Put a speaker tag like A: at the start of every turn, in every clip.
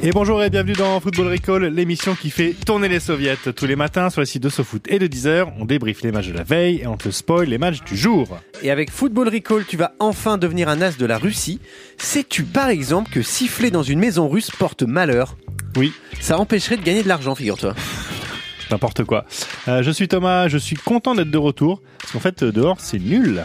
A: Et bonjour et bienvenue dans Football Recall, l'émission qui fait tourner les soviets. Tous les matins sur les sites de SoFoot et de Deezer, on débriefe les matchs de la veille et on te spoil les matchs du jour.
B: Et avec Football Recall, tu vas enfin devenir un as de la Russie. Sais-tu par exemple que siffler dans une maison russe porte malheur
A: Oui,
B: Ça empêcherait de gagner de l'argent, figure-toi.
A: n'importe quoi. Euh, je suis Thomas, je suis content d'être de retour, parce qu'en fait, euh, dehors, c'est nul.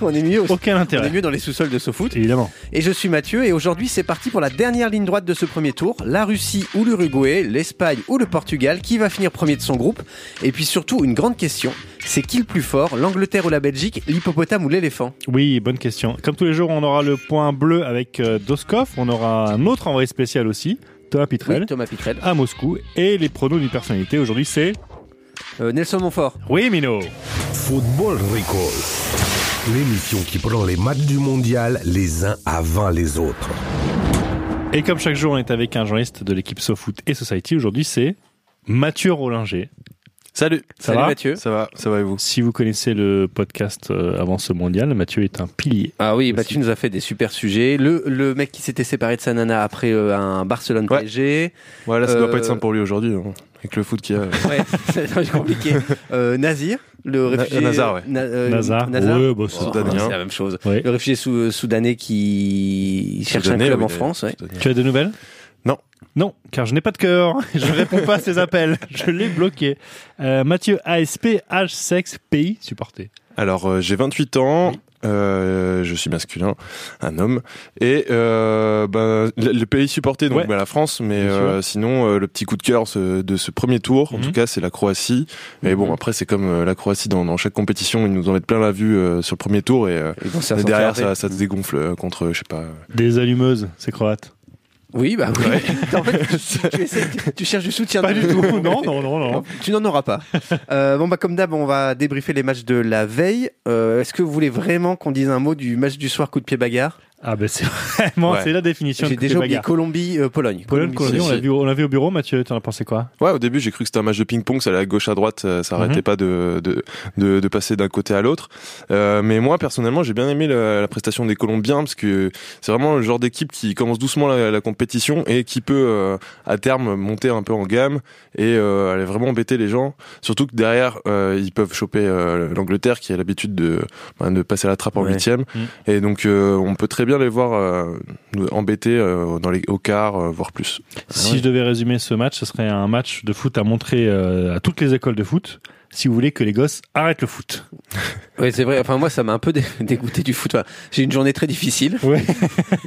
B: on est mieux aussi.
A: Aucun
B: On est
A: intérêt.
B: mieux dans les sous-sols de SoFoot.
A: Évidemment.
B: Et je suis Mathieu et aujourd'hui c'est parti pour la dernière ligne droite de ce premier tour. La Russie ou l'Uruguay, l'Espagne ou le Portugal, qui va finir premier de son groupe Et puis surtout une grande question, c'est qui le plus fort, l'Angleterre ou la Belgique, l'hippopotame ou l'éléphant
A: Oui, bonne question. Comme tous les jours, on aura le point bleu avec euh, Doskov, on aura un autre envoyé spécial aussi, Thomas Pitrel,
B: Oui, Thomas Pitrel.
A: à Moscou, et les pronos d'une personnalité. Aujourd'hui, c'est...
B: Euh, Nelson Montfort.
A: Oui, Mino
C: Football Recall. L'émission qui prend les matchs du mondial les uns avant les autres.
A: Et comme chaque jour, on est avec un journaliste de l'équipe SoFoot et Society. Aujourd'hui, c'est Mathieu Rollinger.
D: Salut.
A: Ça
B: Salut
A: va
B: Mathieu.
D: Ça va, ça va et vous
A: Si vous connaissez le podcast euh, avant ce mondial, Mathieu est un pilier.
B: Ah oui, bah
A: Aussi.
B: tu nous as fait des super sujets. Le, le mec qui s'était séparé de sa nana après euh, un Barcelone
D: Ouais.
B: PSG.
D: Voilà, ça
B: Euh,
D: doit pas être simple pour lui aujourd'hui, hein, avec le foot qu'il y a.
B: Ouais, c'est compliqué. Euh, Nazir, le
D: Na-
B: réfugié.
D: Nazar, ouais. hein.
B: Na- euh,
A: Nazar.
B: Nazar.
A: Ouais, bah, c'est-
B: Oh,
D: Soudanien.
B: c'est la même chose.
A: Ouais.
B: Le réfugié sou- soudanais qui cherche un
D: Soudanais,
B: club
D: oui,
B: en France. ouais.
D: Soudanais.
A: Tu as des nouvelles
D: Non.
A: Non, car je n'ai pas de cœur. Je réponds pas à ces appels. Je l'ai bloqué. Euh, Mathieu, ASP, âge, sexe, pays, supporté.
D: Alors, euh, j'ai 28 ans. euh, je suis masculin, un homme, et euh, ben, le, le pays supporté donc
A: Ouais.
D: ben, la France, mais
A: Bien
D: euh, sinon euh, le petit coup de cœur ce- de ce premier tour, en
A: Mhm.
D: tout cas c'est la Croatie. Mais bon après c'est comme euh, la Croatie dans, dans chaque compétition, ils nous en mettent plein la vue euh, sur le premier tour et, euh,
B: Et donc, c'est un
D: derrière
B: centre-arrière.
D: ça, ça se dégonfle euh, contre je sais pas.
A: Des allumeuses, c'est croate.
B: Oui, bah oui. en fait, tu, tu essaies- tu- tu cherches du soutien.
A: Pas
B: de-
A: du tout. Non, non, non, non.
B: Tu n'en auras pas. Euh, bon, bah, comme d'hab, on va débriefer les matchs de la veille. Euh, Est-ce que vous voulez vraiment qu'on dise un mot du match du soir coup de pied bagarre
A: Ah ben c'est vraiment,
D: Ouais.
A: c'est la définition
B: J'ai
A: de
B: déjà oublié euh,
A: bagarre.
B: Colombie-Pologne.
A: Pologne, Colombie, on
D: Si,
A: l'a
D: si.
A: vu, on l'a vu au bureau. Mathieu, t'en as pensé quoi
D: Ouais, au début, j'ai cru que c'était un match de ping-pong, ça allait à gauche à droite, euh, ça
A: Mhm.
D: arrêtait pas de, de, de, de passer d'un côté à l'autre. Euh, mais moi, personnellement, j'ai bien aimé la, la prestation des Colombiens parce que c'est vraiment le genre d'équipe qui commence doucement la, la compétition et qui peut euh, à terme monter un peu en gamme et euh, aller vraiment embêter les gens. Surtout que derrière, euh, ils peuvent choper euh, l'Angleterre qui a l'habitude de, ben, de passer à la trappe en
B: Ouais.
D: huitième.
A: Mhm.
D: Et donc, euh, on peut très bien les voir euh, nous embêter euh, dans les au quart, euh, voire plus.
B: Ah
A: Si
D: ouais.
A: je devais résumer ce match, ce serait un match de foot à montrer euh, à toutes les écoles de foot si vous voulez que les gosses arrêtent le foot.
B: Oui, c'est vrai. Enfin, moi, ça m'a un peu dé- dégoûté du foot. Enfin, j'ai une journée très difficile.
A: Ouais.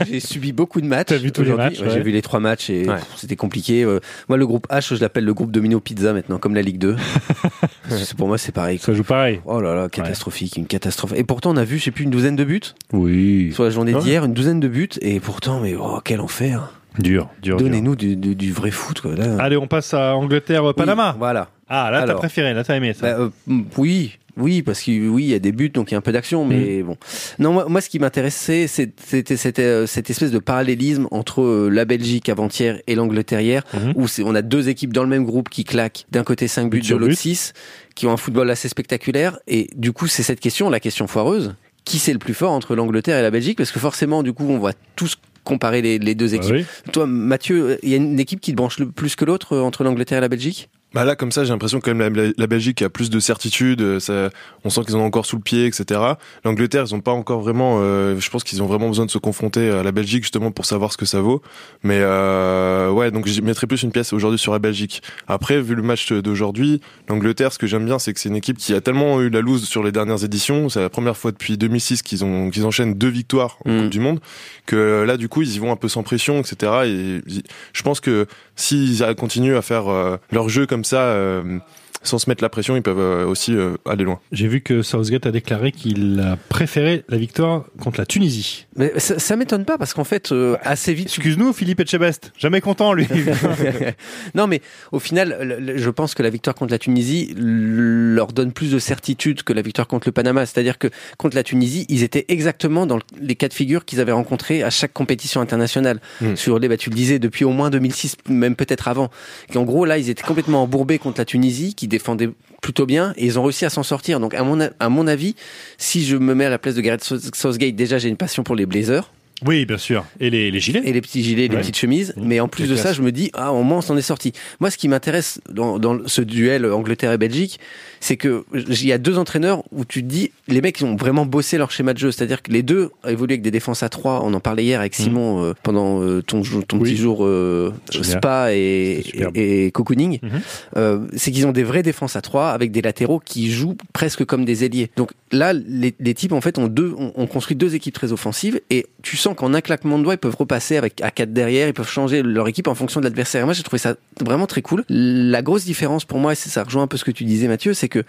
B: J'ai subi beaucoup de matchs.
A: T'as vu tous les
B: aujourd'hui.
A: matchs,
B: Ouais, J'ai
A: ouais.
B: vu les trois matchs et
D: Ouais.
B: pff, c'était compliqué. Euh, moi, le groupe H, je l'appelle le groupe Domino Pizza maintenant, comme la Ligue 2. Parce que c'est- pour moi, c'est pareil.
A: Ça joue pareil.
B: Oh là là, catastrophique, une catastrophe. Et pourtant, on a vu, je sais plus, une douzaine de buts
A: Oui.
B: sur la journée
D: Ouais.
B: d'hier, une douzaine de buts. Et pourtant, mais oh, quel enfer.
A: Dur, dur. dur.
B: Donnez-nous du, du- du vrai foot, quoi. Là.
A: Allez, on passe à Angleterre-Panama.
B: Oui, voilà.
A: Ah, là, t'as
B: Alors.
A: préféré, là, t'as aimé ça.
B: Bah, euh, mm, oui, oui, parce que oui, il y a des buts, donc il y a un peu d'action, mais
A: Mm.
B: bon. Non, moi, moi, ce qui m'intéressait, c'est- c'était c'était, euh, cette espèce de parallélisme entre euh, la Belgique avant-hier et l'Angleterre hier,
A: Mhm.
B: où c'est- on a deux équipes dans le même groupe qui claquent d'un côté 5 buts,
A: But
B: de
A: sur
B: l'autre
A: but.
B: 6, qui ont un football assez spectaculaire, et du coup, c'est cette question, la question foireuse, qui c'est le plus fort entre l'Angleterre et la Belgique Parce que forcément, du coup, on va tous comparer les, les deux
A: Bah
B: équipes.
A: oui.
B: Toi, Mathieu, il y a une équipe qui te branche le plus que l'autre euh, entre l'Angleterre et la Belgique
D: Bah là, comme ça, j'ai l'impression quand même la, la- la Belgique a plus de certitude. euh, Ça, on sent qu'ils en ont encore sous le pied, etc. L'Angleterre, ils ont pas encore vraiment. euh, je pense qu'ils ont vraiment besoin de se confronter à la Belgique justement pour savoir ce que ça vaut. Mais euh, ouais, donc je mettrais plus une pièce aujourd'hui sur la Belgique. Après, vu le match d'aujourd'hui, l'Angleterre, ce que j'aime bien, c'est que c'est une équipe qui a tellement eu la loose sur les dernières éditions. C'est la première fois depuis 2006 qu'ils ont qu'ils enchaînent deux victoires en
B: Mm.
D: Coupe du Monde. Que euh, là, du coup, ils y vont un peu sans pression, etc. Et ils- je pense que s'ils a- continuent à faire euh, leur jeu comme ça, euh, sans se mettre la pression, ils peuvent euh, aussi euh, aller loin.
A: J'ai vu que Southgate a déclaré qu'il a préféré la victoire contre la Tunisie.
B: Mais ça, ça m'étonne pas parce qu'en fait, euh, assez vite,
A: Excuse-nous, Philippe Etchebest. Jamais content, lui.
B: non, mais au final, le- le- je pense que la victoire contre la Tunisie leur donne plus de certitude que la victoire contre le Panama. C'est-à-dire que contre la Tunisie, ils étaient exactement dans le- les cas de figure qu'ils avaient rencontrés à chaque compétition internationale.
D: Mm.
B: Sur les, bah, tu le disais, depuis au moins 2006, même peut-être avant. Et en gros, là, ils étaient complètement embourbés contre la Tunisie, qui défendait plutôt bien, et ils ont réussi à s'en sortir. Donc, à mon, a- à mon avis, si je me mets à la place de Gareth Sous- Southgate, déjà, j'ai une passion pour les Blazers
A: oui, bien sûr. Et les, les gilets
B: et les petits gilets, et les
A: Ouais.
B: petites chemises.
A: Mmh.
B: Mais en plus
A: C'est
B: de ça,
A: classe.
B: je me dis, ah, au moins, on s'en est sorti. Moi, ce qui m'intéresse dans, dans ce duel Angleterre et Belgique, c'est que j- il y a deux entraîneurs où tu te dis, les mecs, ils ont vraiment bossé leur schéma de jeu. C'est-à-dire que les deux évoluent avec des défenses à trois. On en parlait hier avec Simon euh, pendant euh, ton, jou- ton
A: Mmh. Oui.
B: petit jour euh,
A: Génial.
B: spa et,
A: C'était superbe.
B: et, et cocooning.
A: Mhm.
B: Euh, c'est qu'ils ont des vraies défenses à trois avec des latéraux qui jouent presque comme des ailiers. Donc là, les, les types en fait ont deux, ont, ont construit deux équipes très offensives et tu sens qu'en un claquement de doigts ils peuvent repasser avec à quatre derrière, ils peuvent changer leur équipe en fonction de l'adversaire. Et Moi, j'ai trouvé ça vraiment très cool. La grosse différence pour moi, et c'est ça rejoint un peu ce que tu disais Mathieu, c'est que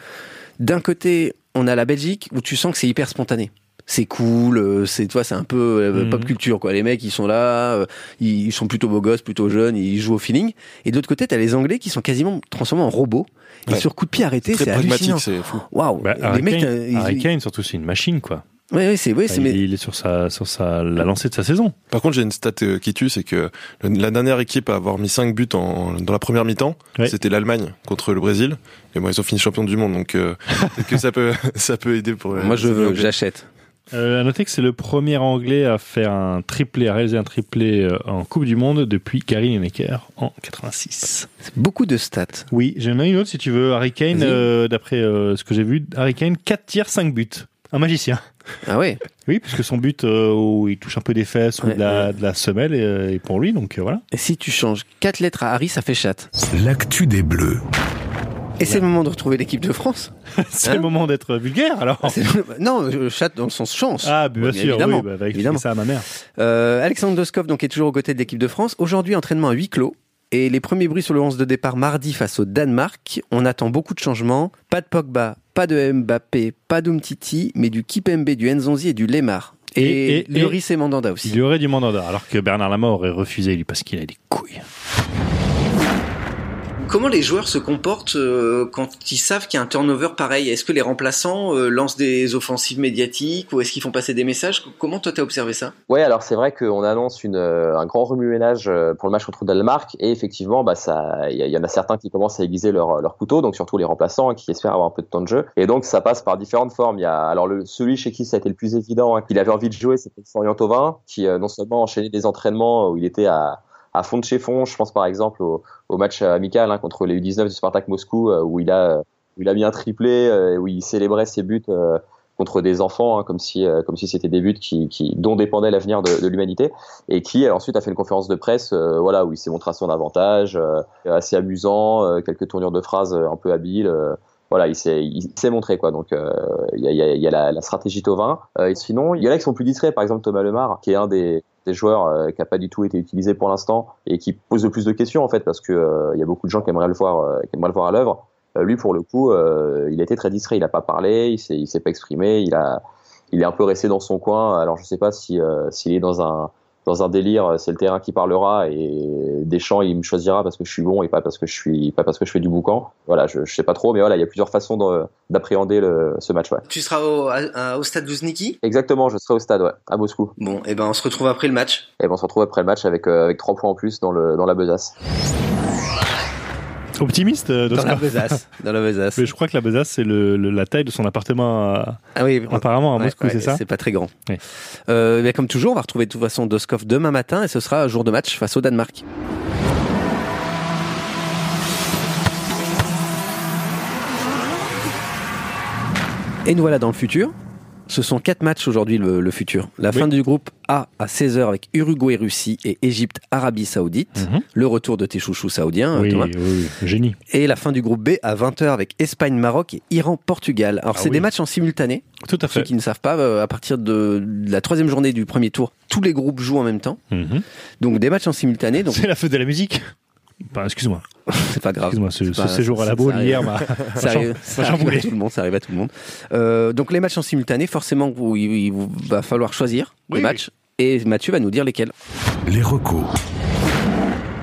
B: d'un côté, on a la Belgique où tu sens que c'est hyper spontané. C'est cool, euh, c'est toi, c'est un peu euh,
A: Mhm.
B: pop culture quoi. Les mecs, ils sont là, euh, ils, ils sont plutôt beaux gosses, plutôt jeunes, ils jouent au feeling. Et d'autre côté, t'as les Anglais qui sont quasiment transformés en robots. Et
D: Ouais.
B: sur coup de pied arrêté,
D: Très
B: c'est hallucinant.
D: pragmatique, c'est fou.
B: Waouh,
A: Bah,
B: les
A: Harry,
B: mecs,
A: Kane,
B: euh, ils-
A: Harry Kane, surtout, c'est une machine, quoi.
B: ouais, ouais, c'est, ouais,
A: Enfin,
B: c'est,
A: Ah, il,
B: mais-
A: il est sur, sa, sur sa, la lancée de sa saison.
D: Par contre, j'ai une stat euh, qui tue, c'est que le- la dernière équipe à avoir mis 5 buts en, dans la première mi-temps,
A: Ouais.
D: c'était l'Allemagne contre le Brésil. Et bon, ils ont fini champion du monde, donc euh, peut-être que ça peut, ça peut aider pour. euh,
B: moi je
D: les
B: veux,
D: Anglais.
B: j'achète.
A: Euh, à noter que c'est le premier Anglais à faire un triplé, à réaliser un triplé euh, en Coupe du Monde depuis Gary Lineker en 86.
B: C'est beaucoup de stats.
A: Oui, j'en ai une autre si tu veux. Harry Kane,
B: Vas-y.
A: euh, d'après euh, ce que j'ai vu, Harry Kane, 4 tirs, 5 buts. Un magicien.
B: Ah ouais.
A: Oui, puisque son but euh, où il touche un peu des fesses ou
B: Ouais,
A: de la, de la semelle euh, est pour lui, donc euh, voilà.
B: Et si tu changes quatre lettres à Harry, ça fait chat.
C: L'actu des Bleus.
B: Et c'est le moment de retrouver l'équipe de France. Hein
A: c'est
B: Ah,
A: le moment d'être vulgaire alors.
B: C'est le- Non, euh, chat dans le sens chance.
A: Oh. Ah, bien
B: Ouais,
A: sûr,
B: évidemment,
A: oui, bah, va expliquer
B: évidemment.
A: ça à ma mère.
B: Euh, Alexandre Doskov donc est toujours aux côtés de l'équipe de France. Aujourd'hui, entraînement à huis clos. Et les premiers bruits sur le 11 de départ mardi face au Danemark. On attend beaucoup de changements. Pas de Pogba, pas de Mbappé, pas d'Umtiti, mais du Kipembe, du Nzonzi et du Lemar. Et,
A: Et- et-
B: Lloris et Mandanda aussi.
A: Il y aurait du mandanda, alors que Bernard Lama aurait refusé lui parce qu'il a des couilles.
B: Comment les joueurs se comportent euh, quand ils savent qu'il y a un turnover pareil Est-ce que les remplaçants euh, lancent des offensives médiatiques ou est-ce qu'ils font passer des messages Comment toi t'as observé ça
E: Ouais, alors c'est vrai qu'on annonce une, euh, un grand remue-ménage euh, pour le match contre le Danemark et effectivement, bah ça, il y, a- il y en a certains qui commencent à aiguiser leur, leur couteau, donc surtout les remplaçants hein, qui espèrent avoir un peu de temps de jeu. Et donc ça passe par différentes formes. Il y a alors le, celui chez qui ça a été le plus évident, hein, qu'il avait envie de jouer, c'était Florian Thauvin, qui euh, non seulement enchaînait des entraînements où il était à à fond de chez fond, je pense par exemple au, au match euh, amical hein, contre les U19 du Spartak Moscou euh, où il a euh, où il a mis un triplé, euh, où il célébrait ses buts euh, contre des enfants, hein, comme si euh, comme si c'était des buts qui, qui dont dépendait l'avenir de, de l'humanité, et qui euh, ensuite a fait une conférence de presse, euh, voilà, où il s'est montré à son avantage, euh, assez amusant, euh, quelques tournures de phrases euh, un peu habiles. euh, voilà, il s'est, il s'est montré quoi. Donc euh, il y, a, il y a- il y a la, la stratégie Tovin. Euh, et sinon, il y en a qui sont plus discrets. Par exemple, Thomas Lemar, qui est un des, des joueurs euh, qui a pas du tout été utilisé pour l'instant et qui pose le plus de questions en fait, parce que euh, il y a beaucoup de gens qui aimeraient le voir, euh, qui aimeraient le voir à l'œuvre. Euh, lui, pour le coup, euh, il a été très distrait. Il n'a pas parlé, il s'est, il s'est pas exprimé. Il a, il est un peu resté dans son coin. Alors, je sais pas si euh, s'il est dans un dans un délire, euh, c'est le terrain qui parlera et Deschamps, il me choisira parce que je suis bon et pas parce que je suis pas parce que je fais du boucan. Voilà, je, je sais pas trop, mais voilà, il y a plusieurs façons de- d'appréhender le- ce match. Ouais.
B: Tu seras au, à- à- au stade d'Ouzniki
E: Exactement, je serai au stade, ouais, à Moscou.
B: Bon, et ben on se retrouve après le match.
E: Et ben, on se retrouve après le match avec euh, avec trois points en plus dans le dans la besace.
A: Optimiste, euh, Doskov.
B: besace. Dans la besace.
A: Mais je crois que la besace, c'est le- le- la taille de son appartement, à-
B: Ah oui, on-
A: apparemment, à
B: ouais,
A: Moscou,
B: ouais,
A: c'est ça
B: C'est pas très grand.
A: Ouais.
B: Euh, mais comme toujours, on va retrouver de toute façon Doskov demain matin et ce sera jour de match face au Danemark. Et nous voilà dans le futur. Ce sont quatre matchs aujourd'hui le, le futur. La fin du groupe A à 16h avec Uruguay, Russie et Égypte, Arabie Saoudite.
A: Mhm.
B: Le retour de tes chouchous saoudiens,
A: Oui,
B: Thomas.
A: oui, oui, génie.
B: Et la fin du groupe B à 20h avec Espagne, Maroc et Iran, Portugal. Alors
A: Ah
B: c'est
A: oui.
B: des matchs en simultané.
A: Tout à
B: Pour ceux
A: fait.
B: qui ne savent pas, euh, à partir de la troisième journée du premier tour, tous les groupes jouent en même temps.
A: Mhm.
B: Donc des matchs en simultané. Donc
A: C'est la fête de la musique. Enfin, Bah, excuse-moi,
B: C'est pas grave.
A: excuse-moi, ce,
B: C'est pas-
A: ce séjour à la
B: ça
A: boule
B: arrive.
A: hier m'a
B: Ça
A: j'en-
B: arrive, ça
A: j'en
B: arrive
A: voulais.
B: à tout le monde, ça arrive à tout le monde. Euh, donc les matchs en simultané, forcément, vous- il il vous va falloir choisir
A: Oui,
B: les matchs. Et Mathieu va nous dire lesquels.
C: Les recos.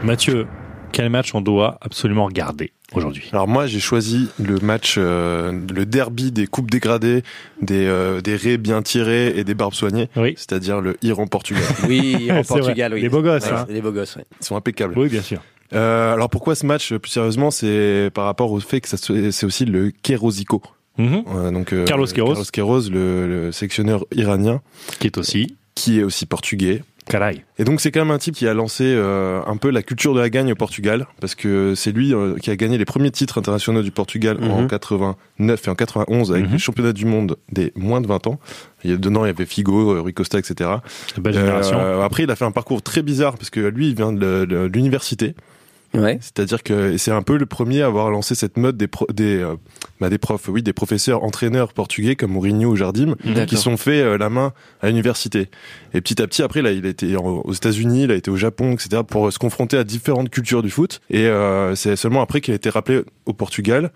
A: Mathieu, quel match on doit absolument regarder aujourd'hui
D: Alors moi j'ai choisi le match, euh, le derby des coupes dégradées, des, euh, des raies bien tirées et des barbes soignées,
A: Oui,
D: c'est-à-dire le Iran-Portugal.
B: Oui,
A: C'est
B: en
A: vrai.
B: Portugal, oui.
A: Les beaux gosses,
B: Ouais,
A: hein.
B: Les beaux gosses, ouais.
D: Ils sont impeccables.
A: oui, bien sûr.
D: Euh, alors pourquoi ce match plus sérieusement C'est par rapport au fait que ça se- c'est aussi le Kerosico.
A: Mhm.
D: Euh, donc, euh,
A: Carlos Queiroz.
D: Carlos Queiroz, le, le sélectionneur iranien,
A: Qui est aussi
D: qui est aussi portugais.
A: Caraï.
D: Et donc c'est quand même un type qui a lancé euh, un peu la culture de la gagne au Portugal, parce que c'est lui euh, qui a gagné les premiers titres internationaux du Portugal en
B: Mhm.
D: 89 et en 91 avec
A: Mhm.
D: les championnats du monde des moins de 20 ans. Il y a dedans il y avait Figo, euh, Rui Costa, etc.
A: Belle génération.
D: Euh, après il a fait un parcours très bizarre parce que lui il vient de, le- de l'université,
B: Ouais.
D: c'est-à-dire que c'est un peu le premier à avoir lancé cette mode des pro- des euh, bah, des profs, oui, des professeurs entraîneurs portugais comme Mourinho ou Jardim qui
B: D'accord.
D: sont faits euh, la main à l'université. Et petit à petit, après, là, il a été en- aux États-Unis, il a été au Japon, etc., pour euh, se confronter à différentes cultures du foot. Et euh, c'est seulement après qu'il a été rappelé au Portugal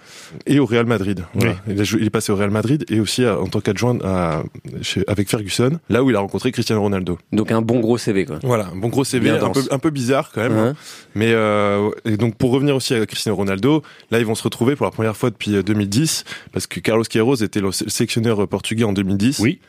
D: et au Real Madrid. Voilà. Il, a joué- il est passé au Real Madrid et aussi euh, en tant qu'adjoint à, chez- avec Ferguson, là où il a rencontré Cristiano Ronaldo.
B: Donc un bon gros CV, quoi.
D: Voilà, un bon gros CV,
B: Bien
D: un peu,
B: dense.
D: un peu bizarre quand même. hein.
B: Hein
D: Mais euh, et donc pour revenir aussi à Cristiano Ronaldo, là ils vont se retrouver pour la première fois depuis euh, 2010 parce que Carlos Queiroz était le sé- sélectionneur euh, portugais en 2010.
A: Oui.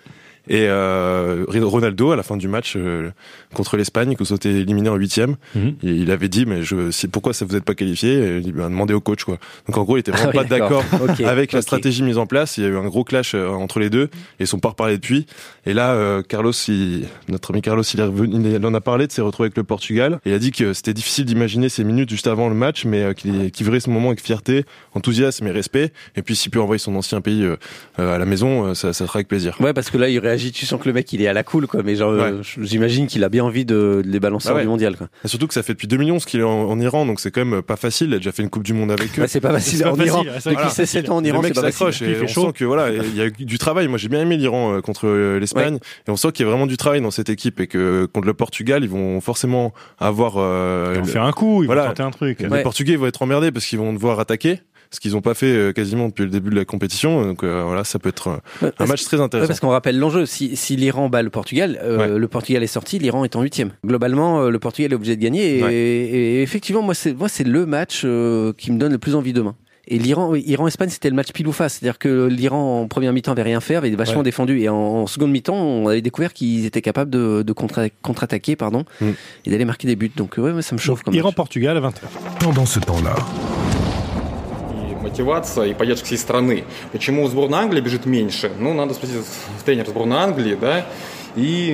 D: Et euh, Ronaldo à la fin du match euh, contre l'Espagne, que vous été éliminé en huitième,
A: Mhm.
D: et il avait dit mais je si- pourquoi ça vous êtes pas qualifié Et Il a demandé au coach quoi. Donc en gros il était vraiment
B: Ah oui,
D: pas d'accord
B: Ok,
D: avec la
B: ok.
D: stratégie mise en place. Il y a eu un gros clash euh, entre les deux et ils sont pas reparlés depuis. Et là, euh, Carlos, il- notre ami Carlos, il, est revenu, il en a parlé de ses retrouvé avec le Portugal. Et il a dit que c'était difficile d'imaginer ces minutes juste avant le match, mais euh, qu'il qu'il vivrait ce moment avec fierté, enthousiasme et respect. Et puis s'il peut envoyer son ancien pays euh, euh, à la maison, euh, ça, ça sera avec plaisir.
B: Ouais, parce que là, il réagit, tu sens que le mec, il est à la cool, quoi. Mais genre, euh, j'imagine qu'il a bien envie de, de les balancer
D: Ah ouais.
B: hors du mondial, quoi.
D: Et surtout que ça fait depuis 2011 qu'il est en, en Iran, donc c'est quand même euh, pas facile. Il a déjà fait une Coupe du Monde avec eux.
B: Ouais, c'est pas facile.
A: C'est pas
B: en
A: facile,
B: Iran,
A: ouais, c'est
B: depuis
A: voilà.
B: ses 7 ans en Iran, c'est
D: le mec
B: pas facile.
D: s'accroche
A: Il
D: et
A: fait
D: on
A: chaud.
D: sent que voilà il y a eu du travail moi j'ai bien aimé l'Iran euh, contre euh, l'Espagne et on sent qu'il y a vraiment du travail dans cette équipe et que euh, contre le Portugal ils vont forcément avoir euh,
A: Ils vont
D: le-
A: faire un coup, ils
D: voilà.
A: vont tenter un truc.
D: les
B: Ouais.
D: Portugais vont être emmerdés parce qu'ils vont devoir attaquer ce qu'ils n'ont pas fait euh, quasiment depuis le début de la compétition donc euh, voilà ça peut être euh,
B: Ouais,
D: un
B: parce-
D: match très
B: Ouais,
D: intéressant
B: parce qu'on rappelle l'enjeu. Si, si l'Iran bat le Portugal, euh, le Portugal est sorti, l'Iran est en huitième. Globalement, euh, le Portugal est obligé de gagner. Et,
D: Ouais.
B: et effectivement, moi, c'est moi, c'est le match euh, qui me donne le plus envie demain. Et l'Iran, oui, Iran-Espagne, c'était le match pile ou face. C'est-à-dire que l'Iran, en première mi-temps, avait rien fait, avait vachement
D: Ouais.
B: défendu. Et en, en seconde mi-temps, on avait découvert qu'ils étaient capables de, de contra- contre-attaquer, pardon,
D: Mm.
B: et d'aller marquer des buts. Donc, ouais, moi, ça me chauffe comme match.
A: Iran-Portugal à 20h.
C: Pendant ce temps-là,
F: и мотивация, и поддержка всей страны. Почему сборная Англии бежит меньше? Ну, надо спросить в тренера сборной Англии, да, и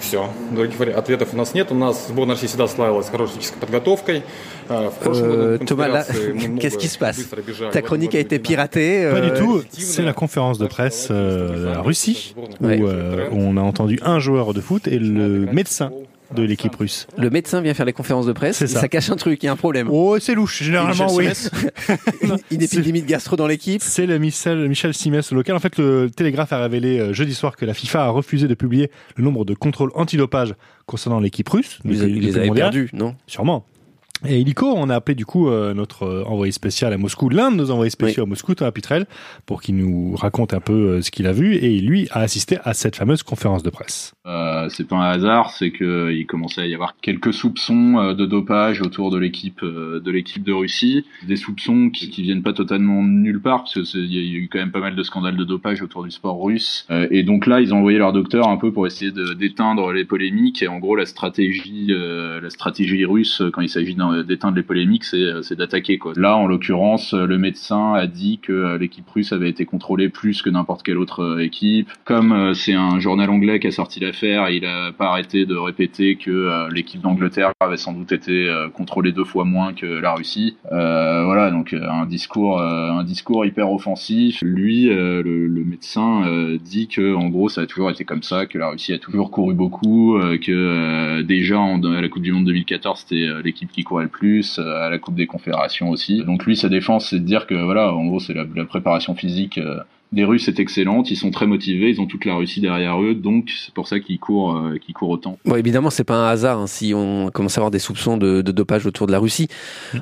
F: все. Других вари- ответов у нас нет. У нас сборная России всегда славилась хорошей физической подготовкой. Э, В прошлом году
B: Euh,
F: в
B: Thomas, là,
F: конфедерации мы много
B: qu'est-ce qui se passe
F: быстро бежали.
B: Ta
F: В этом
B: chronique a
F: году
B: été
F: не надо.
B: piratée.
A: Pas
B: euh,
A: du tout,
F: effectivement,
A: c'est la conférence de presse euh, de la Russie où
B: Ouais.
A: euh, on a entendu un joueur de foot et le médecin de l'équipe russe.
B: Le médecin vient faire les conférences de presse.
A: C'est ça.
B: ça cache un truc, il y a un problème.
A: Oh, c'est louche, généralement, oui.
B: Une- une
A: C'est-
B: épidémie de gastro dans l'équipe.
A: C'est le Michel, Michel Simès local. En fait, le Télégraphe a révélé euh, jeudi soir que la FIFA a refusé de publier le nombre de contrôles antidopage concernant l'équipe russe.
B: Ils,
A: depuis-
B: ils
A: depuis
B: les
A: le
B: avaient
A: mondial.
B: perdus, non
A: Sûrement. Et Illico, on a appelé du coup euh, notre euh, envoyé spécial à Moscou, l'un de nos envoyés spéciaux à Moscou, Thomas Pitrel, pour qu'il nous raconte un peu euh, ce qu'il a vu. Et lui a assisté à cette fameuse conférence de presse.
G: Euh, c'est pas un hasard, c'est que il commençait à y avoir quelques soupçons euh, de dopage autour de l'équipe euh, de l'équipe de Russie, des soupçons qui, qui viennent pas totalement de nulle part parce que c'est- il y a eu quand même pas mal de scandales de dopage autour du sport russe. Euh, et donc là, ils ont envoyé leur docteur un peu pour essayer de- d'éteindre les polémiques. Et en gros, la stratégie euh, la stratégie russe euh, quand il s'agit d'un- d'éteindre les polémiques, c'est euh, c'est d'attaquer quoi. Là, en l'occurrence, euh, le médecin a dit que euh, l'équipe russe avait été contrôlée plus que n'importe quelle autre euh, équipe. Comme euh, c'est un journal anglais qui a sorti l'affaire, il a pas arrêté de répéter que euh, l'équipe d'Angleterre avait sans doute été euh, contrôlée deux fois moins que la Russie. Euh, voilà, donc euh, un discours, euh, un discours hyper offensif. Lui, euh, le, le médecin euh, dit que en gros, ça a toujours été comme ça, que la Russie a toujours couru beaucoup, euh, que euh, déjà en- à la Coupe du Monde 2014, c'était euh, l'équipe qui courait le plus, euh, à la Coupe des Confédérations aussi. Donc lui, sa défense, c'est de dire que voilà, en gros, c'est la, la préparation physique. euh, les Russes est excellente, ils sont très motivés, ils ont toute la Russie derrière eux, donc c'est pour ça qu'ils courent, euh, qu'ils courent autant.
B: Bon, évidemment, c'est pas un hasard hein, si on commence à avoir des soupçons de, de dopage autour de la Russie.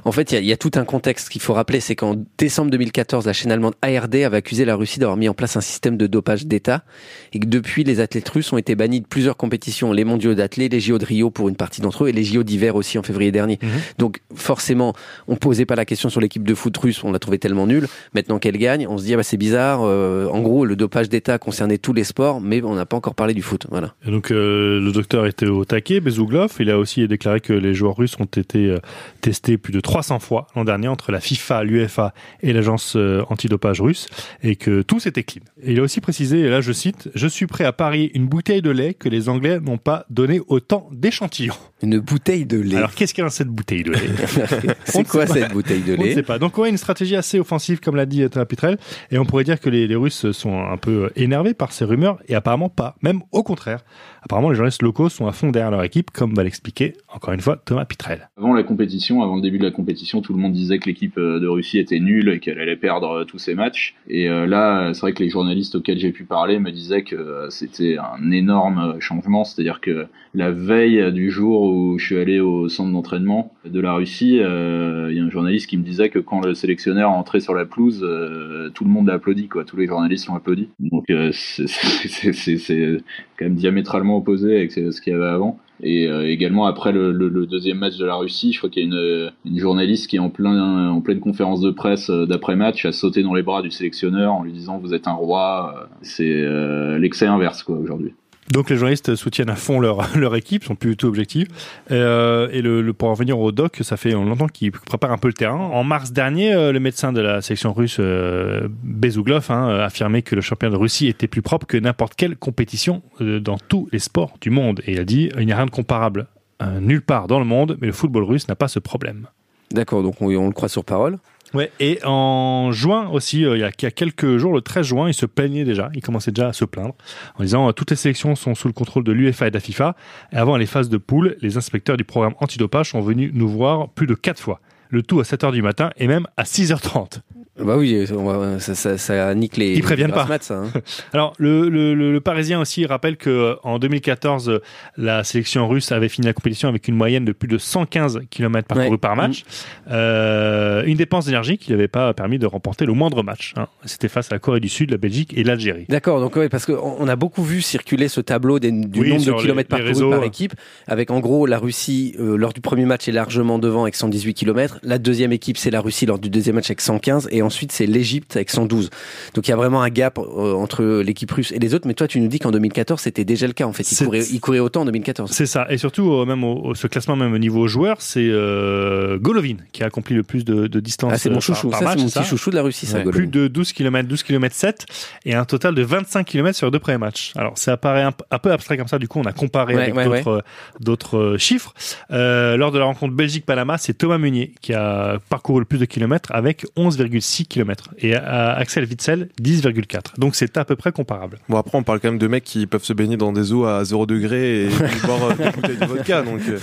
B: En fait, il y a- il y, a tout un contexte qu'il faut rappeler, c'est qu'en décembre 2014, la chaîne allemande ARD avait accusé la Russie d'avoir mis en place un système de dopage d'État, et que depuis, les athlètes russes ont été bannis de plusieurs compétitions, les mondiaux d'athlètes, les JO de Rio pour une partie d'entre eux, et les JO d'hiver aussi en février dernier.
A: Mhm.
B: Donc forcément, on posait pas la question sur l'équipe de foot russe, on la trouvait tellement nulle. Maintenant qu'elle gagne, on se dit ah bah, c'est bizarre. euh, en gros, le dopage d'État concernait tous les sports, mais on n'a pas encore parlé du foot. Voilà.
A: Et donc euh, le docteur était au taquet, Bezouglov. Il a aussi déclaré que les joueurs russes ont été euh, testés plus de 300 fois l'an dernier entre la FIFA, l'UEFA et l'agence euh, antidopage russe et que tous étaient clean. Et il a aussi précisé, et là je cite, Je suis prêt à parier une bouteille de lait que les Anglais n'ont pas donné autant d'échantillons.
B: Une bouteille de lait.
A: Alors qu'est-ce qu'il y a dans cette bouteille de lait on
B: c'est
A: ne
B: quoi
A: sait pas.
B: cette bouteille de
A: On ne
B: lait
A: sait pas. Donc, on a une stratégie assez offensive, comme l'a dit euh, Thomas Pitrel. Et on pourrait dire que les, les Russes sont un peu euh, énervés par ces rumeurs, et apparemment pas. Même au contraire. Apparemment, les journalistes locaux sont à fond derrière leur équipe, comme va l'expliquer, encore une fois, Thomas Pitrel.
G: Avant la compétition, avant le début de la compétition, tout le monde disait que l'équipe euh, de Russie était nulle et qu'elle allait perdre euh, tous ses matchs. Et euh, là, euh, c'est vrai que les journalistes auxquels j'ai pu parler me disaient que euh, c'était un énorme euh, changement. C'est-à-dire que la veille du jour où je suis allé au centre d'entraînement de la Russie, euh, il y a un journaliste qui me disait que quand le sélectionneur est entré sur la pelouse, euh, tout le monde l'a applaudi, quoi. Tous les journalistes l'ont applaudi. Donc euh, c'est- c'est- c'est c'est quand même diamétralement opposé avec ce ce qu'il y avait avant. Et euh, également après le, le- le deuxième match de la Russie, je crois qu'il y a une, euh, une journaliste qui est en plein en pleine conférence de presse euh, d'après match a sauté dans les bras du sélectionneur en lui disant vous êtes un roi. euh, C'est euh, l'excès inverse quoi aujourd'hui.
A: Donc, les journalistes soutiennent à fond leur, leur équipe, sont plus du tout objectifs. Euh, et le, le- pour en venir au doc, ça fait longtemps qu'ils préparent un peu le terrain. En mars dernier, euh, le médecin de la section russe, euh, Bezouglov, hein, a affirmé que le championnat de Russie était plus propre que n'importe quelle compétition euh, dans tous les sports du monde. Et il a dit il n'y a rien de comparable. euh, nulle part dans le monde, mais le football russe n'a pas ce problème.
B: D'accord, donc on, on le croit sur parole.
A: Ouais, et en juin aussi, euh, il, y a, il y a quelques jours, le 13 juin, il se plaignait déjà, il commençait déjà à se plaindre, en disant euh, toutes les sélections sont sous le contrôle de l'UEFA et de la FIFA. Et avant les phases de poule, les inspecteurs du programme antidopage sont venus nous voir plus de 4 fois. Le tout à 7h du matin et même à 6h30.
B: Bah oui, on va- ça, ça- ça nique les.
A: Ils préviennent
B: les grasses
A: pas.
B: maths, ça, hein.
A: Alors, le, le- le- le Parisien aussi rappelle que euh, en 2014, euh, la sélection russe avait fini la compétition avec une moyenne de plus de 115 km parcourus
B: Ouais. Mmh.
A: par match. Euh, une dépense d'énergie qui n'avait pas permis de remporter le moindre match. hein. C'était face à la Corée du Sud, la Belgique et l'Algérie.
B: D'accord, donc ouais, parce qu'on on a beaucoup vu circuler ce tableau des- du
A: Oui,
B: nombre de
A: sur les-
B: kilomètres
A: les
B: parcourus
A: réseaux,
B: par
A: ouais.
B: équipe, avec en gros la Russie euh, lors du premier match est largement devant avec 118 kilomètres, la deuxième équipe c'est la Russie lors du deuxième match avec 115 et ensuite c'est l'Égypte avec 112. Donc il y a vraiment un gap euh, entre l'équipe russe et les autres, mais toi tu nous dis qu'en 2014 c'était déjà le cas en fait, ils
A: C'est-
B: couraient, ils couraient autant en 2014.
A: C'est ça. Et surtout, euh, même au, au- ce classement, même au niveau joueur, c'est euh, Golovin qui a accompli le plus de, de distance.
B: Ah c'est
A: euh,
B: mon
A: par-
B: chouchou,
A: par
B: ça
A: match,
B: c'est mon
A: c'est
B: petit
A: ça
B: chouchou de la Russie ça.
A: Ouais.
B: Golovin.
A: plus de 12 km, 12 km 7 et un total de 25 km sur les deux premiers matchs. Alors ça apparaît un, p- un peu abstrait comme ça, du coup on a comparé
B: Ouais,
A: avec
B: ouais,
A: d'autres euh, d'autres euh, chiffres. Euh, lors de la rencontre Belgique-Panama, c'est Thomas Meunier qui a parcouru le plus de kilomètres avec 11,6 km et euh, Axel Witzel 10,4. Donc c'est à peu près comparable.
D: Bon, après, on parle quand même de mecs qui peuvent se baigner dans des eaux à 0 degré et boire euh, des bouteilles de vodka. Donc, euh,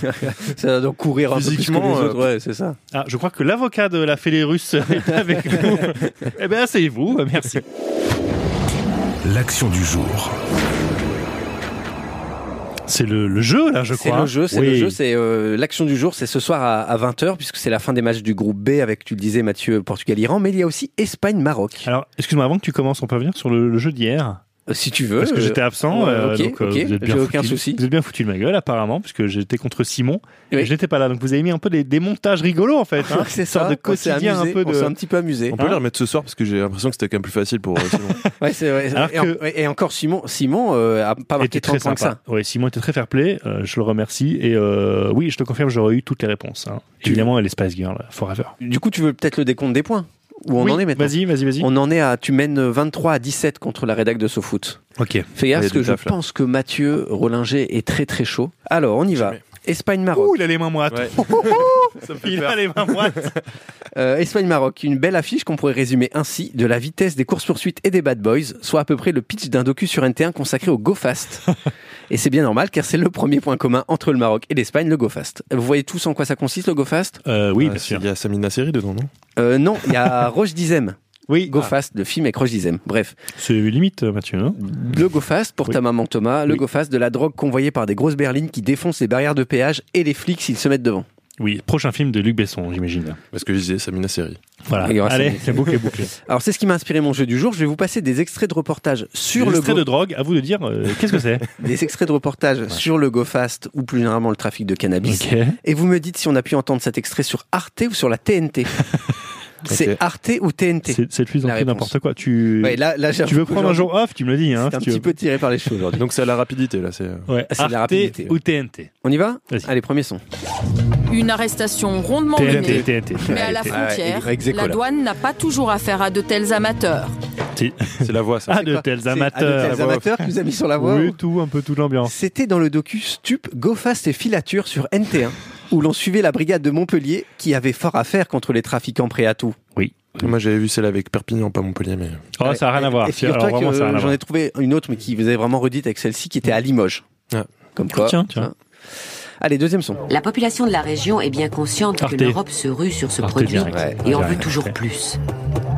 B: Ça, donc courir un peu plus que les
D: Physiquement, euh,
B: autres, ouais c'est ça.
A: Ah, je crois que l'avocat de la fédé russe est avec nous. eh bien, asseyez-vous, merci.
C: L'action du jour.
A: C'est le, le jeu, là, je
B: C'est
A: crois.
B: le jeu, c'est le
A: Oui.
B: jeu, c'est euh, l'action du jour, c'est ce soir à, 20h puisque c'est la fin des matchs du groupe B avec tu le disais Mathieu Portugal-Iran, mais il y a aussi Espagne-Maroc.
A: Alors, excuse-moi, avant que tu commences, on peut venir sur le, le jeu d'hier.
B: Euh, Si tu veux.
A: Parce que
B: euh,
A: j'étais absent,
B: ouais,
A: euh,
B: ok,
A: donc euh,
B: ok,
A: vous êtes bien
B: j'ai aucun
A: foutu-
B: souci.
A: Vous êtes bien foutu de ma gueule apparemment, puisque j'étais contre Simon
B: Oui.
A: et je n'étais pas là. Donc vous avez mis un peu des, des montages rigolos en fait. hein.
B: c'est
A: Une
B: ça,
A: sorte de
B: on s'est
A: quotidien
B: amusé,
A: un peu
B: on
A: de-
B: s'est un petit peu amusé. Ah.
D: on peut les remettre ce soir parce que j'ai l'impression que c'était quand même plus facile pour. euh, Simon.
B: Ouais, c'est vrai.
A: Alors
B: et, en-
A: que-
B: et encore Simon, Simon euh, a pas marqué
A: était très
B: 30 points
A: sympa.
B: que ça.
A: Oui, Simon était très fair play. euh, je le remercie et euh, oui, je te confirme, j'aurais eu toutes les réponses. hein. Évidemment, elle est Spice Girl euh, forever.
B: Du coup, tu veux peut-être le décompte des points où on
A: Oui,
B: en est maintenant
A: Vas-y, vas-y, vas-y.
B: On en est à tu mènes 23 à 17 contre la rédac de SoFoot.
A: Ok.
B: Fais
D: Il y a
B: gaffe parce
D: du
B: que je
D: taf, là.
B: pense que Mathieu Rollinger est très très chaud. Alors, on y va. Espagne-Maroc.
A: Ouh, il a les mains moites.
D: Ouais. Ça me fait
A: Il
D: peur.
A: a les mains moites.
B: Euh, Espagne-Maroc, une belle affiche qu'on pourrait résumer ainsi de la vitesse des courses-poursuites et des bad boys, soit à peu près le pitch d'un docu sur NT1 consacré au Go Fast. et c'est bien normal car c'est le premier point commun entre le Maroc et l'Espagne, le Go Fast. Vous voyez tous en quoi ça consiste le Go Fast
A: Euh, oui,
D: Ah,
A: bien
D: c'est-
A: sûr.
D: Il y a Samina Seri dedans, non
B: euh, Non, il y a Roche Dizem.
A: Oui,
B: Go
A: ah,
B: Fast, le film avec Roche Dizem. Bref,
A: c'est limite, Mathieu. hein.
B: le Go Fast pour
A: Oui.
B: ta maman Thomas, le
A: Oui.
B: Go Fast de la drogue convoyée par des grosses berlines qui défoncent les barrières de péage et les flics s'ils se mettent devant.
A: oui, prochain film de Luc Besson, j'imagine.
D: Parce que je disais, Samina série.
A: Voilà.
B: Et grâce à
A: Allez,
B: lui.
A: la boucle est bouclée.
B: Alors c'est ce qui m'a inspiré mon jeu du jour. Je vais vous passer des extraits de reportages sur le
A: Extrait
B: Go,
A: de drogue, à vous de dire euh, qu'est-ce que c'est.
B: des extraits de reportages sur le Go Fast ou plus généralement le trafic de cannabis.
A: Ok.
B: Et vous me dites si on a pu entendre cet extrait sur Arte ou sur la TNT. c'est
D: Ok.
B: Arte ou TNT.
A: C'est c'est de plus en
B: La
A: plus
B: réponse.
A: n'importe quoi. Tu,
B: Ouais, là, là,
A: tu veux prendre un
B: aujourd'hui,
A: jour off, tu me le dis. Hein,
B: C'est un
A: si tu
B: petit
A: veux.
B: peu tiré par les cheveux aujourd'hui.
D: Donc c'est à la rapidité là. C'est euh,
A: Ouais.
B: C'est de la
A: Arte
B: rapidité,
A: ou TNT
B: On y va
A: Vas-y.
B: Allez, premier son.
H: Une arrestation rondement
A: TNT,
H: menée.
A: TNT.
H: Mais à la
B: Ah ouais,
H: frontière,
B: il est ex aequo,
H: la
B: là.
H: douane n'a pas toujours affaire à de tels amateurs.
D: c'est la voix ça.
A: Ah, de
B: quoi
A: tels
B: C'est Ah, de
A: amateurs.
B: tels amateurs qui nous a mis sur la voie.
A: Oui, tout, un peu tout l'ambiance.
B: C'était dans le docu Stup, Go Fast et Filature sur NT1, où l'on suivait la brigade de Montpellier qui avait fort à faire contre les trafiquants prêts à tout.
A: Ah.
D: Moi j'avais vu celle avec Perpignan, pas Montpellier, mais
B: Ah,
A: Oh, ça n'a rien à voir.
B: Et figure-toi
A: Alors, vraiment,
B: que
A: ça a rien à
B: j'en
A: voir.
B: ai trouvé une autre, mais qui vous avait vraiment redite avec celle-ci, qui était à Limoges.
G: Ah.
D: Ouais.
B: Comme quoi.
A: Tiens, tiens.
B: Allez, deuxième son.
I: La population de la région est bien consciente
A: Arte.
I: que l'Europe se rue sur ce
A: Arte
I: produit
A: direct.
I: et en
A: Ouais.
I: veut toujours plus.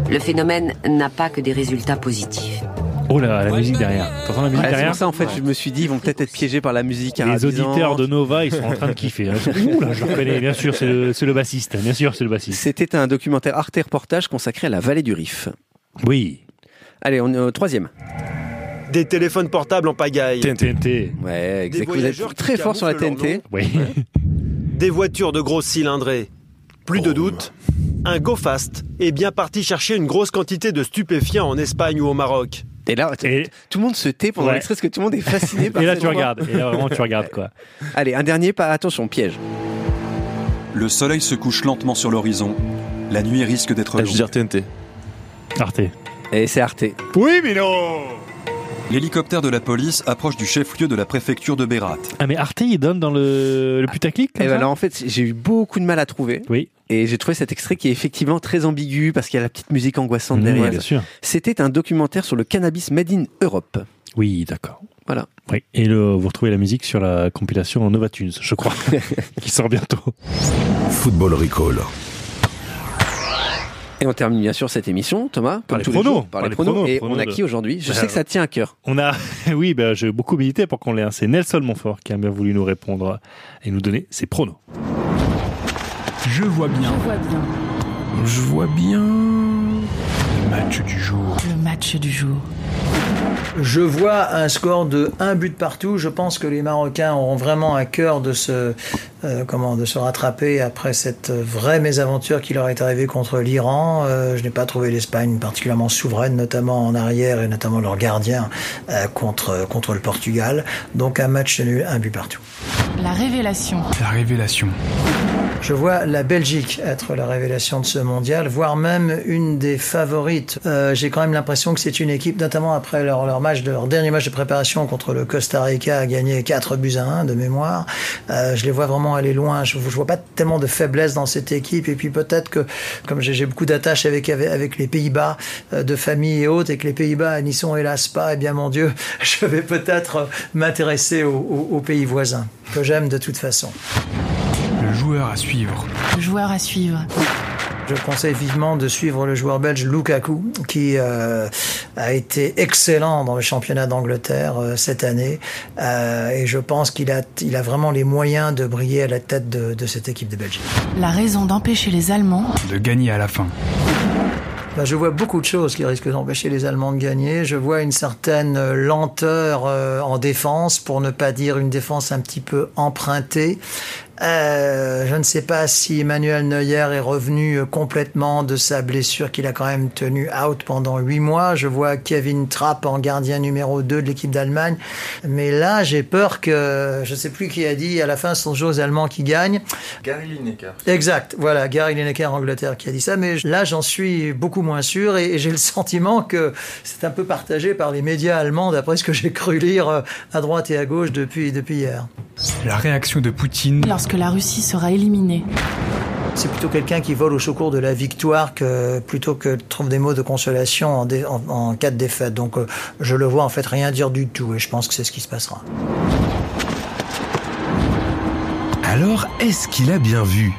I: Le phénomène n'a pas que des résultats positifs.
A: Oh là, la musique derrière. T'entends la musique
B: Ouais, c'est
A: Ah, derrière
B: pour ça, en fait, je me suis dit, ils vont peut-être être piégés par la musique hein,
A: Les
B: arabisante.
A: auditeurs de Nova, ils sont en train de kiffer. hein. Ouh là, je le connais, bien sûr, c'est le, c'est le bassiste. Bien sûr, c'est le bassiste.
B: C'était un documentaire Arte Reportage consacré à la vallée du Rif.
A: Oui.
B: Allez, on est au troisième.
G: Des téléphones portables en pagaille.
A: TNT.
B: Ouais,
G: Des
B: exact. Vous êtes
G: voyageurs qui
B: très fort sur la
G: camouflent leur
B: TNT.
A: Oui.
G: Des voitures de grosses cylindrées. Plus de doute, un go fast est bien parti chercher une grosse quantité de stupéfiants en Espagne ou au Maroc.
B: Et là, t-
A: Et-
B: tout le monde se tait pendant
A: Ouais.
B: l'extrait parce que tout le monde est fasciné par
A: Et là,
B: cette
A: tu
B: voix.
A: regardes. Et là, vraiment, tu regardes, quoi.
B: Allez, un dernier, pas attention, piège.
C: Le soleil se couche lentement sur l'horizon. La nuit risque d'être
D: Ah, je veux dire TNT.
A: Arte.
B: Et c'est Arte.
G: Oui, mais non
C: L'hélicoptère de la police approche du chef-lieu de la préfecture de Bérat.
A: Ah, mais Arte, il donne dans le, le putaclic
B: Et
A: comme
B: ben
A: ça
B: alors, en fait, j'ai eu beaucoup de mal à trouver.
A: Oui.
B: Et j'ai trouvé cet extrait qui est effectivement très ambigu parce qu'il y a la petite musique angoissante
A: Mmh,
B: derrière.
A: bien sûr.
B: C'était un documentaire sur le cannabis made in Europe.
A: Oui, d'accord.
B: Voilà.
A: Oui. Et le, vous retrouvez la musique sur la compilation Nova Tunes, je crois, qui sort bientôt.
J: Football Recall.
B: Et on termine bien sûr cette émission, Thomas, comme
A: Par les
B: tous les
A: pronos,
B: jours, par, les pronos. et
A: pronos
B: on a
A: de-
B: qui aujourd'hui Je
A: Bah,
B: sais que ça tient à cœur.
A: On a, oui, ben, j'ai beaucoup milité pour qu'on l'ait. un. C'est Nelson Montfort qui a bien voulu nous répondre et nous donner ses pronos.
C: Je vois bien. Je vois bien. Le match du jour.
I: Le match du jour.
G: Je vois un score de un but partout. Je pense que les Marocains auront vraiment à cœur de se, euh, comment, de se rattraper après cette vraie mésaventure qui leur est arrivée contre l'Iran. Euh, je n'ai pas trouvé l'Espagne particulièrement souveraine, notamment en arrière et notamment leur gardien euh, contre, contre le Portugal. Donc un match nul, un but partout.
I: La révélation.
C: La révélation.
G: Je vois la Belgique être la révélation de ce mondial, voire même une des favorites. Euh, J'ai quand même l'impression que c'est une équipe, notamment après leur, leur match, de- leur dernier match de préparation contre le Costa Rica, a gagné 4 buts à 1 de mémoire. Euh, je les vois vraiment aller loin. Je, je vois pas tellement de faiblesse dans cette équipe. Et puis peut-être que, comme j'ai j'ai beaucoup d'attaches avec, avec, avec les Pays-Bas, euh, de famille et autres, et que les Pays-Bas n'y sont hélas pas, eh bien mon Dieu, je vais peut-être m'intéresser aux- aux- aux pays voisins, que j'aime de toute façon.
C: Le joueur à suivre.
I: Le joueur à suivre.
G: Je conseille vivement de suivre le joueur belge Lukaku, qui euh, a été excellent dans le championnat d'Angleterre euh, cette année. Euh, et je pense qu'il a, il a vraiment les moyens de briller à la tête de, de cette équipe de Belgique.
I: La raison d'empêcher les Allemands.
C: De gagner à la fin.
G: Ben, je vois beaucoup de choses qui risquent d'empêcher les Allemands de gagner. Je vois une certaine euh, lenteur euh, en défense, pour ne pas dire une défense un petit peu empruntée. Euh, je ne sais pas si Emmanuel Neuer est revenu euh, complètement de sa blessure qu'il a quand même tenu out pendant huit mois. Je vois Kevin Trapp en gardien numéro 2 de l'équipe d'Allemagne. Mais là, j'ai peur que, je ne sais plus qui a dit, à la fin, ce sont toujours les Allemands qui gagnent.
K: Gary Lineker.
G: Exact, voilà, Gary Lineker en Angleterre qui a dit ça, mais je- là j'en suis beaucoup moins sûr et, et j'ai le sentiment que c'est un peu partagé par les médias allemands d'après ce que j'ai cru lire euh, à droite et à gauche depuis, depuis hier.
C: La réaction de Poutine.
I: Lorsque la Russie sera éliminée.
G: C'est plutôt quelqu'un qui vole au secours de la victoire que plutôt que trouve des mots de consolation en, dé- en- en cas de défaite. Donc euh, je le vois en fait rien dire du tout et je pense que c'est ce qui se passera.
J: Alors, est-ce qu'il a bien vu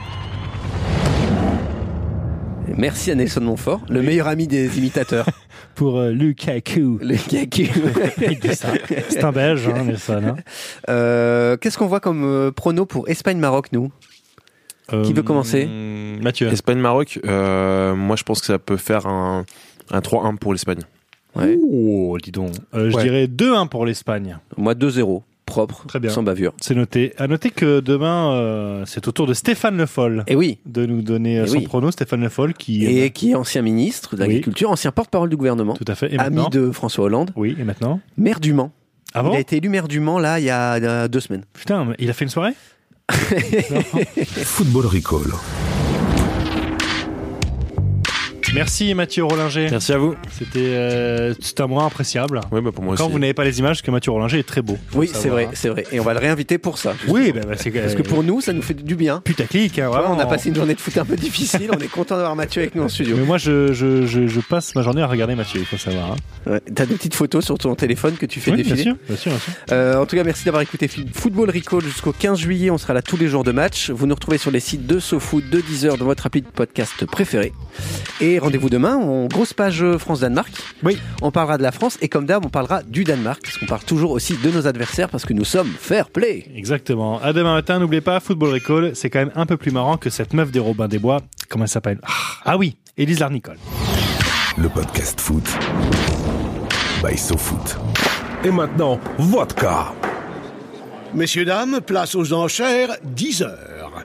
B: Merci à Nelson Montfort, le meilleur ami des imitateurs.
A: Pour euh, Lukaku.
B: Lukaku.
A: Il dit ça. C'est un belge, hein, Nelson. hein.
B: Euh, Qu'est-ce qu'on voit comme euh, prono pour Espagne-Maroc, nous Qui veut commencer
A: hein.
D: Hmm,
A: Euh, Mathieu.
D: Espagne-Maroc, euh, moi je pense que ça peut faire un, un 3-1 pour l'Espagne.
A: Oh, dis donc. Euh, Je
D: Ouais.
A: dirais 2-1 pour l'Espagne.
B: Moi, 2-0, propre,
A: Très bien.
B: sans bavure.
A: C'est noté. À noter que demain, euh, c'est au tour de Stéphane Le Foll
B: Et oui,
A: de nous donner euh,
B: Eh
A: son
B: oui.
A: prono. Stéphane Le Foll qui est
B: et qui est ancien ministre de
A: Oui.
B: l'Agriculture, ancien porte-parole du gouvernement,
A: tout à fait. Et
B: ami
A: maintenant
B: de François Hollande,
A: Oui, et maintenant
B: maire du Mans.
A: Avant
B: il a été élu maire du Mans, là, il y a euh, deux semaines.
A: Putain, mais il a fait une soirée
C: Football Recall.
A: Merci Mathieu Rollinger.
D: Merci à vous.
A: C'était euh, c'était un moment appréciable.
D: Oui, bah, pour moi
A: Quand
D: aussi.
A: vous n'avez pas les images, parce que Mathieu Rollinger est très beau. Faut
B: Oui,
A: le
B: c'est
A: savoir,
B: vrai,
A: hein.
B: c'est vrai. Et on va le réinviter pour ça.
A: Oui, bah, bah, c'est
B: Parce que pour nous, ça nous fait du bien.
A: putaclic, hein,
B: Tu vois,
A: vraiment.
B: on a passé une journée de foot un peu difficile, on est content d'avoir Mathieu avec nous en studio.
A: Mais moi, je, je, je, je passe ma journée à regarder Mathieu, il faut savoir. hein.
B: Ouais, T'as des petites photos sur ton téléphone que tu fais
A: Oui, bien
B: défiler.
A: sûr, bien sûr, bien sûr.
B: Euh, en tout cas, merci d'avoir écouté Fi- Football Recall jusqu'au 15 juillet. On sera là tous les jours de match. Vous nous retrouvez sur les sites de SoFoot, de Deezer, de votre appli de podcast préféré. Et rendez-vous demain. On grosse page euh, France-Danemark.
A: Oui.
B: On parlera de la France et comme d'hab, on parlera du Danemark parce qu'on parle toujours aussi de nos adversaires parce que nous sommes fair play.
A: Exactement. À demain matin, n'oubliez pas, Football Recall, c'est quand même un peu plus marrant que cette meuf des Robins des Bois. Comment elle s'appelle Ah, Ah oui, Élise Larnicole.
C: Le podcast foot. By SoFoot. Et maintenant, vodka.
L: Messieurs, dames, place aux enchères, 10 heures.